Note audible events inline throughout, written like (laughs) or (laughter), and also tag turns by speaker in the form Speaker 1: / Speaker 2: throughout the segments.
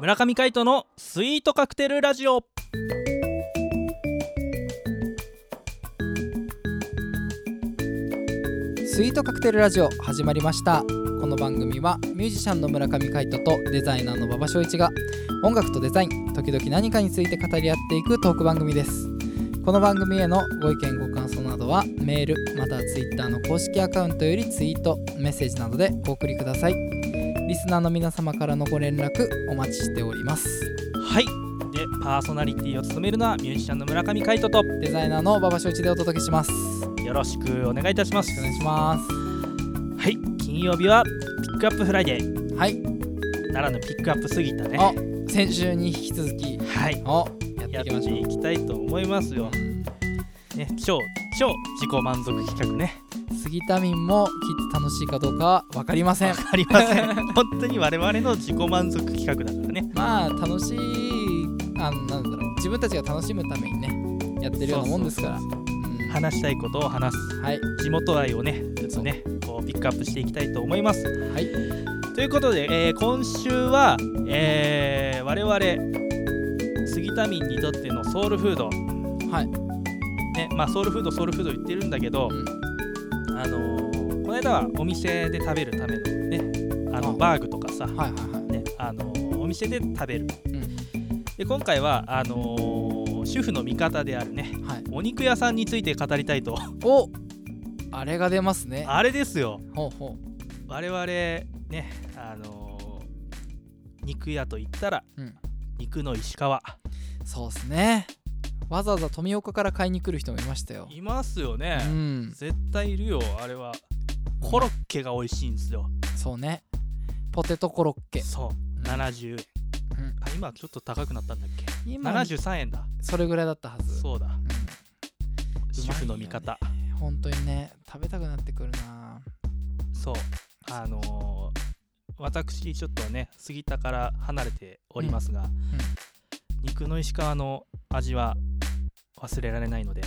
Speaker 1: 村上海人のスイートカクテルラジオ
Speaker 2: スイートカクテルラジオ始まりましたこの番組はミュージシャンの村上海人とデザイナーの馬場翔一が音楽とデザイン時々何かについて語り合っていくトーク番組ですこの番組へのご意見ご感想などはメールまたはツイッターの公式アカウントよりツイートメッセージなどでお送りくださいリスナーの皆様からのご連絡お待ちしております
Speaker 1: はいでパーソナリティを務めるのはミュージシャンの村上海人と
Speaker 2: デザイナーの馬場翔一でお届けしますよ
Speaker 1: よろしくお願いいたしま
Speaker 2: ろし
Speaker 1: す
Speaker 2: くお願いしま
Speaker 1: はい金曜日はピックアップフライデー
Speaker 2: すはい
Speaker 1: ならぬピックアップすぎたね
Speaker 2: あ先週に引き続き
Speaker 1: はい
Speaker 2: おやって
Speaker 1: や
Speaker 2: い
Speaker 1: っ
Speaker 2: きましてょう
Speaker 1: いきたいと思いますよ、ね、超超自己満足企画ね
Speaker 2: (laughs) 杉田民も聞いて楽しいかどうかは分かりません
Speaker 1: わかりません (laughs) 本当に我々の自己満足企画だからね
Speaker 2: まあ楽しいあのなんだろう自分たちが楽しむためにねやってるようなもんですから
Speaker 1: そう
Speaker 2: うん
Speaker 1: 話したいことを話す
Speaker 2: はい
Speaker 1: 地元愛をねちょっとねこうピックアップしていきたいと思います
Speaker 2: はい
Speaker 1: ということで、えー今週は、えー我々杉田民にとってのソウルフード、
Speaker 2: はい
Speaker 1: ねまあ、ソウルフードソウルフード言ってるんだけど、
Speaker 2: うん
Speaker 1: あのーこの間はお店で食べるためのねあ
Speaker 2: あ
Speaker 1: のバーグとかさ、
Speaker 2: はいはいはい
Speaker 1: ねあのーお店で食べる
Speaker 2: うん
Speaker 1: で今回はあのー主婦の味方であるね
Speaker 2: はい
Speaker 1: お肉屋さんについて語りたいと
Speaker 2: おあれが出ますね
Speaker 1: あれですよ
Speaker 2: ほうほ
Speaker 1: 我々ねあのー肉屋と言ったら
Speaker 2: ううん
Speaker 1: 肉の石川
Speaker 2: そうっすねわざわざ富岡から買いに来る人もいましたよ
Speaker 1: いますよ
Speaker 2: う
Speaker 1: ね、
Speaker 2: ん
Speaker 1: 絶対いるよあれはコロッケが美味しいんですよ
Speaker 2: そうねポテトコロッケ
Speaker 1: そう70円、あ今ちょっと高くなったんだっけ
Speaker 2: 今
Speaker 1: 73円だ
Speaker 2: それぐらいだったはず
Speaker 1: そうだ
Speaker 2: うん
Speaker 1: 主婦の味方、
Speaker 2: 本当にね食べたくなってくるな
Speaker 1: そうあのー私ちょっとね杉田から離れておりますが、肉の石川の味は忘れられないので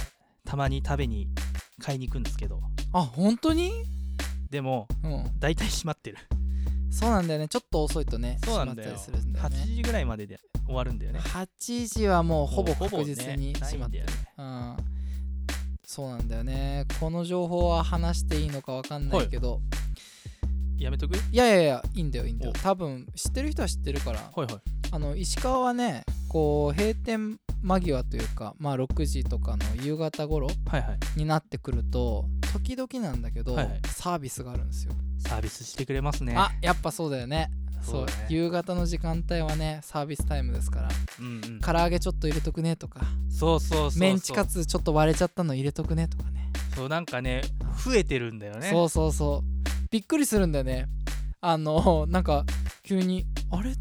Speaker 1: たまに食べに買いに行くんですけど
Speaker 2: あ本当に
Speaker 1: でも
Speaker 2: うん
Speaker 1: 大体閉まってる
Speaker 2: そうなんだよねちょっと遅いとね
Speaker 1: そうなんだ
Speaker 2: 閉
Speaker 1: よ
Speaker 2: まったりするんだよね
Speaker 1: 8時ぐらいまでで終わるんだよね
Speaker 2: 8時はもうほぼ
Speaker 1: もう
Speaker 2: 確実
Speaker 1: ね
Speaker 2: に閉ま
Speaker 1: ない
Speaker 2: ってる、
Speaker 1: んだよね
Speaker 2: うんそうなんだよねこの情報は話していいのかわかんないけど、
Speaker 1: やめとく
Speaker 2: い、やいやいやいいんだよいいんだよ
Speaker 1: お
Speaker 2: 多分知ってる人は知ってるから
Speaker 1: はいはい
Speaker 2: あの石川はねこう閉店間際というかまあ6時とかの夕方頃
Speaker 1: はいはい
Speaker 2: になってくると時々なんだけど、
Speaker 1: はいはい
Speaker 2: サービスがあるんですよ、
Speaker 1: サービスしてくれますね
Speaker 2: あやっぱそうだよね
Speaker 1: そ
Speaker 2: そうう
Speaker 1: だね
Speaker 2: 夕方の時間帯はねサービスタイムですから
Speaker 1: うんうん
Speaker 2: 唐揚げちょっと入れとくねとか
Speaker 1: そうそうそうそう
Speaker 2: メンチカツちょっと割れちゃったの入れとくねとかね
Speaker 1: そうなんかね増えてるんだよね
Speaker 2: そうそうそうびっくりするんだよねあの (laughs) なんか急に「あれ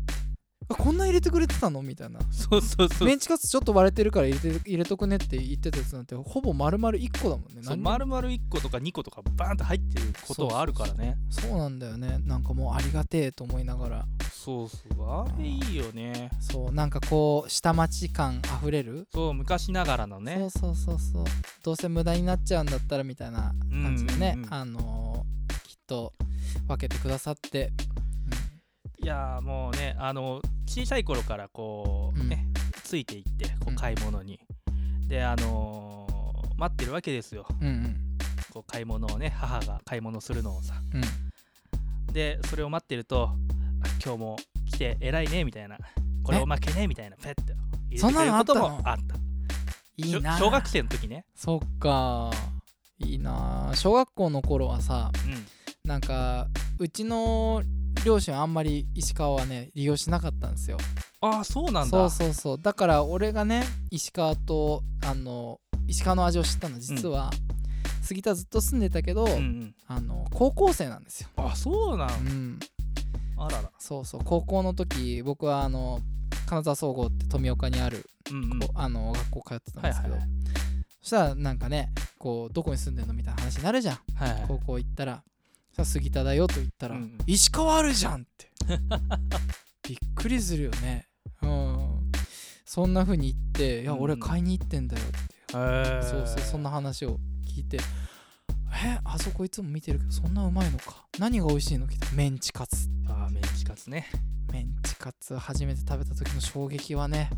Speaker 2: あこんな入れてくれてたの?」みたいな
Speaker 1: そうそうそう
Speaker 2: メンチカツちょっと割れてるから入れて入れとくねって言ってたやつなんてほぼ丸々1個だもんね
Speaker 1: そう
Speaker 2: 何
Speaker 1: 丸々1個とか2個とかバーンって入ってることはあるからね
Speaker 2: そうなんだよねなんかもうありがてえと思いながら
Speaker 1: そうそうあれいいよね
Speaker 2: そうなんかこう下町感あふれる
Speaker 1: そう昔ながらのね
Speaker 2: そうそうそうそうどうせ無駄になっちゃうんだったらみたいな感じでね、
Speaker 1: うんうんうん
Speaker 2: あのーきっと分けてくださって、
Speaker 1: いやーもうねあの小さい頃からこうね、ついていってこ
Speaker 2: う
Speaker 1: うん買い物に、であのー待ってるわけですよ
Speaker 2: うん、うん
Speaker 1: こう買い物をね母が買い物するのをさ
Speaker 2: うんうん
Speaker 1: でそれを待ってるとあ「今日も来て偉いね」みたいな「これ
Speaker 2: え
Speaker 1: おまけね」みたいなペッて入れて
Speaker 2: そん
Speaker 1: く
Speaker 2: な
Speaker 1: れる
Speaker 2: の
Speaker 1: ことも
Speaker 2: あった
Speaker 1: あった
Speaker 2: いいな
Speaker 1: 小小学生の時ね
Speaker 2: そっかいいな小学校の頃はさ
Speaker 1: うん
Speaker 2: なんかうちの両親はあんまり石川はね利用しなかったんですよ
Speaker 1: ああそうなんだ
Speaker 2: そうそうそうだから俺がね石川とあの石川の味を知ったの実は、杉田ずっと住んでたけど、
Speaker 1: うんうん、
Speaker 2: あの高校生なんですよ、
Speaker 1: あそうなん
Speaker 2: うん、
Speaker 1: あらら
Speaker 2: そうそう高校の時僕はあの金沢総合って富岡にある、
Speaker 1: うんうん
Speaker 2: あの学校通ってたんですけど、
Speaker 1: はいはいは
Speaker 2: そしたらなんかねこうどこに住んでんのみたいな話になるじゃん、
Speaker 1: はいはい
Speaker 2: 高校行ったら「さ杉田だよ」と言ったら「
Speaker 1: うんうん
Speaker 2: 石川あるじゃん!」って
Speaker 1: (laughs)
Speaker 2: びっくりするよねうんそんな風に言って「いや
Speaker 1: うんうん
Speaker 2: 俺買いに行ってんだよ」って、
Speaker 1: へー
Speaker 2: そうそうそんな話を聞いて「ええあそこいつも見てるけどそんなうまいのか何が美味しいの聞いたらメンチカツ
Speaker 1: あーメンチカツね
Speaker 2: メンチカツ初めて食べた時の衝撃はね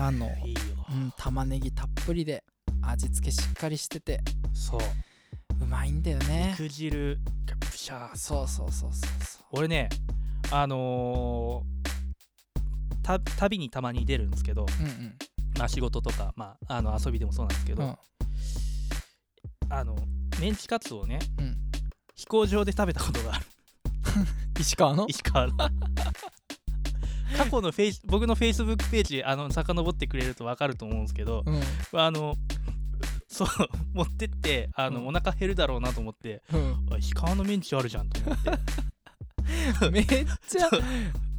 Speaker 2: あの、
Speaker 1: いいよ
Speaker 2: うん、玉ねぎたっぷりで味付けしっかりしてて
Speaker 1: そう
Speaker 2: うまいんだよね
Speaker 1: 肉汁がプシャー
Speaker 2: そうそうそうそうそ
Speaker 1: 俺ねあのーた旅にたまに出るんですけど、
Speaker 2: ううん
Speaker 1: まあ、仕事とか、まあ、あの遊びでもそうなんですけ
Speaker 2: う
Speaker 1: ど、
Speaker 2: んうん
Speaker 1: あのメンチカツをね
Speaker 2: うん
Speaker 1: 飛行場で食べたことがある
Speaker 2: 石川の
Speaker 1: 石川の過去のフェイス僕のフェイスブックページあの遡ってくれると分かると思うんですけど、
Speaker 2: うんうん
Speaker 1: あのそう (laughs) 持ってってあの、
Speaker 2: うん
Speaker 1: お腹減るだろうなと思ってあ石川のメンチあるじゃんと思って
Speaker 2: (laughs) めっちゃ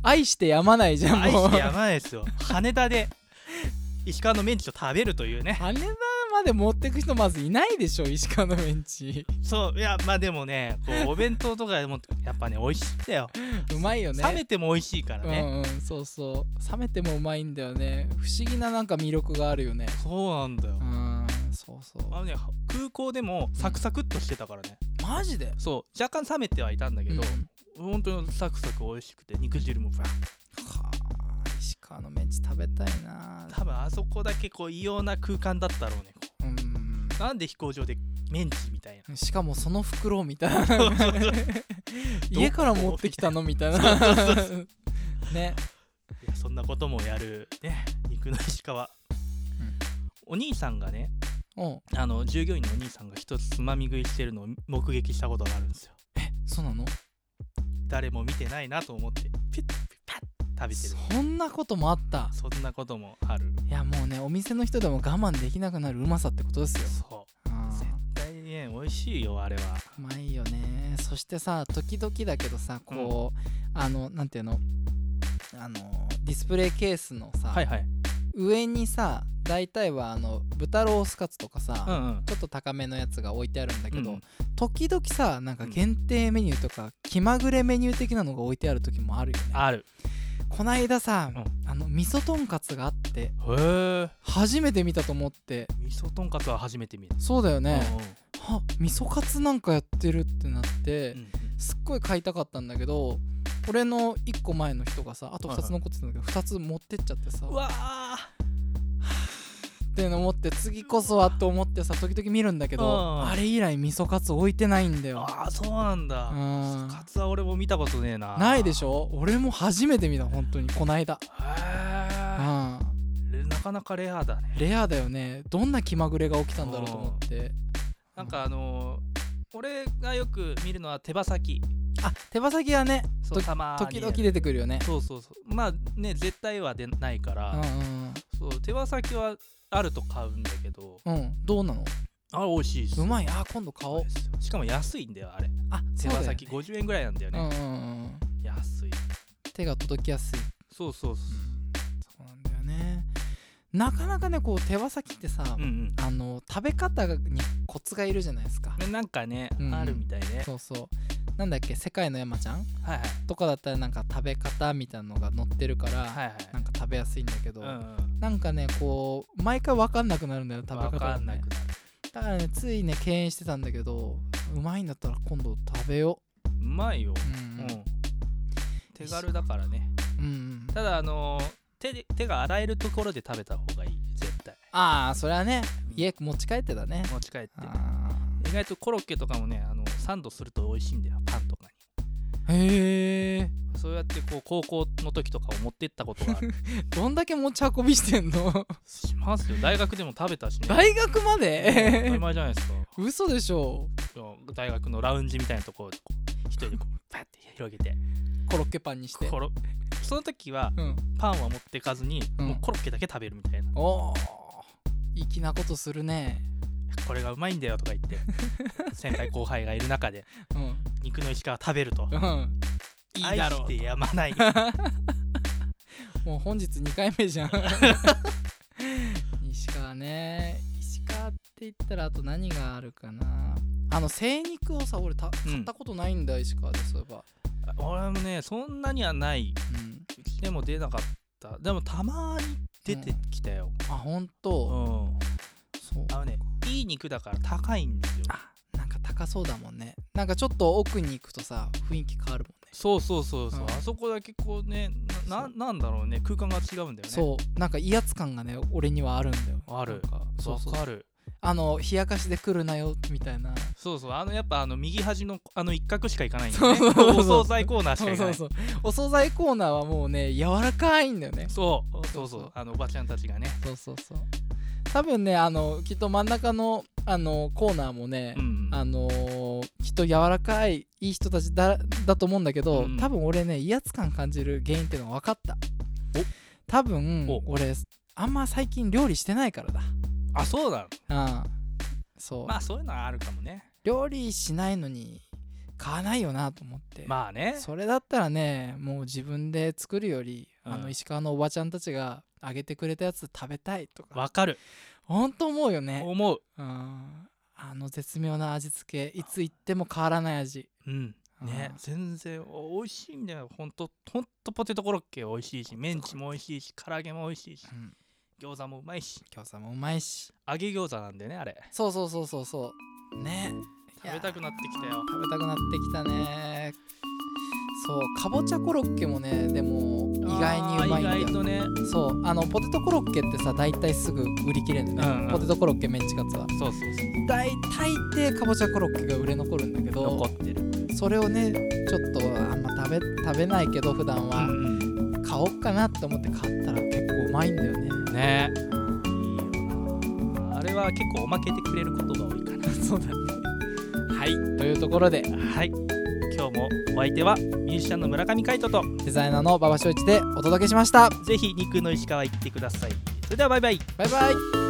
Speaker 2: 愛してやまないじゃん
Speaker 1: 愛
Speaker 2: (laughs) もう
Speaker 1: してやばいですよ羽田で石川のメンチを食べるというね
Speaker 2: 羽田まで持ってく人まずいないでしょ石川のメンチ
Speaker 1: そういやまあでもねこ
Speaker 2: (laughs)
Speaker 1: うお弁当とかでもやっぱね美味しいんだよ、
Speaker 2: うまいよね
Speaker 1: 冷めても美味しいからね、
Speaker 2: うんうんそうそう冷めてもうまいんだよね不思議ななんか魅力があるよね
Speaker 1: そうなんだよ、
Speaker 2: うんそうそう
Speaker 1: あのね空港でもサクサクっとしてたからね、
Speaker 2: マジで
Speaker 1: そう若干冷めてはいたんだけど、
Speaker 2: うん
Speaker 1: 本当にサクサク美味しくて肉汁もバーッ
Speaker 2: はあ石川のメンチ食べたいな
Speaker 1: 多分あそこだけこう異様な空間だったろうねこ
Speaker 2: うん
Speaker 1: うなんで飛行場でメンチみたいな
Speaker 2: しかもその袋みた
Speaker 1: (laughs)
Speaker 2: いな家から持ってきたのみたいな (laughs) ね
Speaker 1: いやそんなこともやるね肉の石川、お兄さんがね
Speaker 2: うん
Speaker 1: あの従業員のお兄さんが一つつまみ食いしてるのを目撃したことがあるんですよ
Speaker 2: そうなの
Speaker 1: 誰も見てないなと思ってピュッピュッパッ食べてる
Speaker 2: そんなこともあった
Speaker 1: そんなこともある
Speaker 2: いやもうねお店の人でも我慢できなくなるうまさってことですよ
Speaker 1: そう
Speaker 2: あ
Speaker 1: 絶
Speaker 2: ー
Speaker 1: 対にね美味しいよあれは
Speaker 2: うまいよねそしてさ時々だけどさこう、あのなんていうのあのディスプレイケースのさ、
Speaker 1: はいはい
Speaker 2: 上にさ大体はあの豚ロースカツとかさ、
Speaker 1: うんうん
Speaker 2: ちょっと高めのやつが置いてあるんだけど、
Speaker 1: うん
Speaker 2: 時々さなんか限定メニューとか、気まぐれメニュー的なのが置いてある時もあるよね
Speaker 1: ある
Speaker 2: こないださ、
Speaker 1: う
Speaker 2: あの味噌とんかつがあって
Speaker 1: へえ
Speaker 2: 初めて見たと思って
Speaker 1: 味噌とんかつは初めて見る
Speaker 2: そうだよね、
Speaker 1: うんうん
Speaker 2: は味噌カツなんかやってるってなって、
Speaker 1: うんうん
Speaker 2: すっごい買いたかったんだけど俺の1個前の人がさあと2
Speaker 1: はいは
Speaker 2: つ
Speaker 1: い
Speaker 2: 残ってたんだけど、2つ持ってっちゃってさ
Speaker 1: うわあ
Speaker 2: っていうの思って次こそはと思ってさ時々見るんだけど
Speaker 1: うん
Speaker 2: あれ以来味噌カツ置いてないんだよ
Speaker 1: あーそうなんだ
Speaker 2: うん
Speaker 1: カツは俺も見たことねえな
Speaker 2: ないでし
Speaker 1: ょ
Speaker 2: ょ俺も初めて見た本当にこないだ
Speaker 1: へ
Speaker 2: うん
Speaker 1: えなかなかレアだね
Speaker 2: レアだよねどんな気まぐれが起きたんだろうと思って
Speaker 1: なんかあのー俺がよく見るのは手羽先
Speaker 2: あ手羽先はね
Speaker 1: そう
Speaker 2: と
Speaker 1: たまに
Speaker 2: 時々出てくるよね
Speaker 1: そうそうそうまあね絶対は出ないか
Speaker 2: うん
Speaker 1: ら、そう手羽先はあると買うんだけど
Speaker 2: うんうんどうなの
Speaker 1: あれ美味しいっす
Speaker 2: うまいあ今度買おう
Speaker 1: そうですよしかも安いんだよあれ
Speaker 2: あ
Speaker 1: 手
Speaker 2: そうだ
Speaker 1: 羽
Speaker 2: よね
Speaker 1: 先50円ぐらいなんだよ
Speaker 2: う
Speaker 1: ね
Speaker 2: んうんうん
Speaker 1: 安い
Speaker 2: 手が届きやすい
Speaker 1: そうそうそ
Speaker 2: そうなんだよねなかなかねこう手羽先ってさ、
Speaker 1: ううん
Speaker 2: あの食べ方にコツがいるじゃないですか
Speaker 1: うん、ねなんかね、
Speaker 2: うんうん
Speaker 1: あるみたいね
Speaker 2: そうそうなんだっけ世界の山ちゃん
Speaker 1: はいはい
Speaker 2: とかだったらなんか食べ方みたいなのが載ってるから、
Speaker 1: はいはい
Speaker 2: なんか食べやすいんだけど、
Speaker 1: うんうん
Speaker 2: なんかねこう毎回分かんなくなるんだよ食べ方
Speaker 1: わ
Speaker 2: が
Speaker 1: かんな
Speaker 2: ね
Speaker 1: くなる
Speaker 2: だからねついね敬遠してたんだけどうまいんだったら今度食べよ
Speaker 1: うまいよ
Speaker 2: う、
Speaker 1: う
Speaker 2: うん
Speaker 1: ん、手軽だからね
Speaker 2: うんうん、
Speaker 1: ただあのー手で手が洗えるところで食べた方がいい絶対
Speaker 2: ああそれはね家持ち帰ってだね
Speaker 1: 持ち帰って
Speaker 2: あ
Speaker 1: 意外とコロッケとかもねあのサンドすると美味しいんだよパンとか
Speaker 2: ーへえ
Speaker 1: にそうやってこう高校の時とかを持ってったことが
Speaker 2: (laughs)
Speaker 1: ある
Speaker 2: どんだけ持ち運びしてん
Speaker 1: (laughs)
Speaker 2: の
Speaker 1: しますよ大学でも食べたしね
Speaker 2: 大学ま
Speaker 1: 当たり
Speaker 2: で
Speaker 1: 前じゃないですか
Speaker 2: (laughs) 嘘でしょ
Speaker 1: いや大学のラウンジみたいなところでこう一人でこう
Speaker 2: (laughs)
Speaker 1: パッて広げて
Speaker 2: コロッケパンにして
Speaker 1: コロその時は
Speaker 2: うん
Speaker 1: パンは持ってかずに、
Speaker 2: うん
Speaker 1: もうコロッケだけ食べるみたいな
Speaker 2: おー粋なことするね
Speaker 1: これがうまいんだよとか言って
Speaker 2: (laughs)
Speaker 1: 先輩後輩がいる中で
Speaker 2: うん
Speaker 1: 肉の石川食べると
Speaker 2: うんいいだろ
Speaker 1: 愛してやま
Speaker 2: (laughs)
Speaker 1: ない
Speaker 2: うもう本日2回目じゃん (laughs) 石川ね石川って言ったらあと何があるかなあの精肉をさ俺た
Speaker 1: うん
Speaker 2: 買ったことないんだ、石川でそういえば、
Speaker 1: 俺もねそんなにはない
Speaker 2: うん、
Speaker 1: うちでも出なかったでもたまに出てきたよ、
Speaker 2: あ本
Speaker 1: うん
Speaker 2: 当、そう
Speaker 1: あのねいい肉だから高いんですよ
Speaker 2: あなん高そうだもんねなんかちょっと奥に行くとさ雰囲気変わるもんね
Speaker 1: そうそうそうそう、
Speaker 2: うん
Speaker 1: あそこだけこうねなななんだろうね空間が違うんだよね
Speaker 2: そうなんか威圧感がね俺にはあるんだよ
Speaker 1: ある
Speaker 2: なんかそ
Speaker 1: わ
Speaker 2: うそう
Speaker 1: かる
Speaker 2: あの冷やかしで来るなよみたいな
Speaker 1: そうそうあのやっぱあの右端のあの一角しか行かないんだよね
Speaker 2: そうそうそう
Speaker 1: お惣菜コーナーしか
Speaker 2: そう
Speaker 1: 行かな
Speaker 2: そう
Speaker 1: い
Speaker 2: そ
Speaker 1: そう
Speaker 2: うお惣菜コーナーはもうね柔らかいんだよね
Speaker 1: そうそう
Speaker 2: そうそう
Speaker 1: あのおばちゃんたちがね
Speaker 2: そうそうそう多分ねあのきっと真ん中のあのコーナーもね、
Speaker 1: うん
Speaker 2: あのーきっと柔らかいいい人たちだだと思うんだけど、
Speaker 1: うん
Speaker 2: 多分俺ね威圧感感じる原因っていうのが分かった
Speaker 1: お
Speaker 2: 多分
Speaker 1: お
Speaker 2: 俺あんま最近料理してないからだ
Speaker 1: あそうだ
Speaker 2: うんそう、
Speaker 1: まあそういうのはあるかもね
Speaker 2: 料理しないのに買わないよなと思って
Speaker 1: まあね
Speaker 2: それだったらねもう自分で作るより、
Speaker 1: うん
Speaker 2: あの石川のおばちゃんたちがあげてくれたやつ食べたいとか
Speaker 1: わかる
Speaker 2: ほんと思うよね
Speaker 1: 思う
Speaker 2: うんあの絶妙な味付けいつ行っても変わらない味
Speaker 1: うんね
Speaker 2: うん
Speaker 1: 全然お美味しいんだよほんとほんとポテトコロッケ美味しいしメンチも美味しいし唐揚げも美味しいし
Speaker 2: うん
Speaker 1: 餃子もうまいし
Speaker 2: 餃子もうまいし
Speaker 1: 揚げ餃子なんでねあれ
Speaker 2: そうそうそうそうそうね
Speaker 1: 食べたく
Speaker 2: いや
Speaker 1: なってきたよ
Speaker 2: 食べたくなってきたねそうかぼちゃコロッケもねでも意外にうまいん
Speaker 1: あー
Speaker 2: だ
Speaker 1: 意
Speaker 2: よ
Speaker 1: 外とね
Speaker 2: そうあのポテトコロッケってさ大体すぐ売り切れるんだよね、
Speaker 1: うんうん
Speaker 2: ポテトコロッケメンチカツは
Speaker 1: そうそうそう
Speaker 2: 大大抵かぼちゃコロッケが売れ残るんだけ
Speaker 1: 残
Speaker 2: ど
Speaker 1: ってる
Speaker 2: それをねちょっとあんま食べ食べないけど普段は
Speaker 1: うん
Speaker 2: 買おうかなって思って買ったら結構うまいんだよね
Speaker 1: ねあれは結構おまけでくれることが多いかな (laughs)
Speaker 2: そうだねはいというところで
Speaker 1: はい今日もお相手はミュージシャンの村上海人と
Speaker 2: デザイナーの馬場正一でお届けしました
Speaker 1: ぜひ肉の石川行ってくださいそれではバイバイ
Speaker 2: バイバイ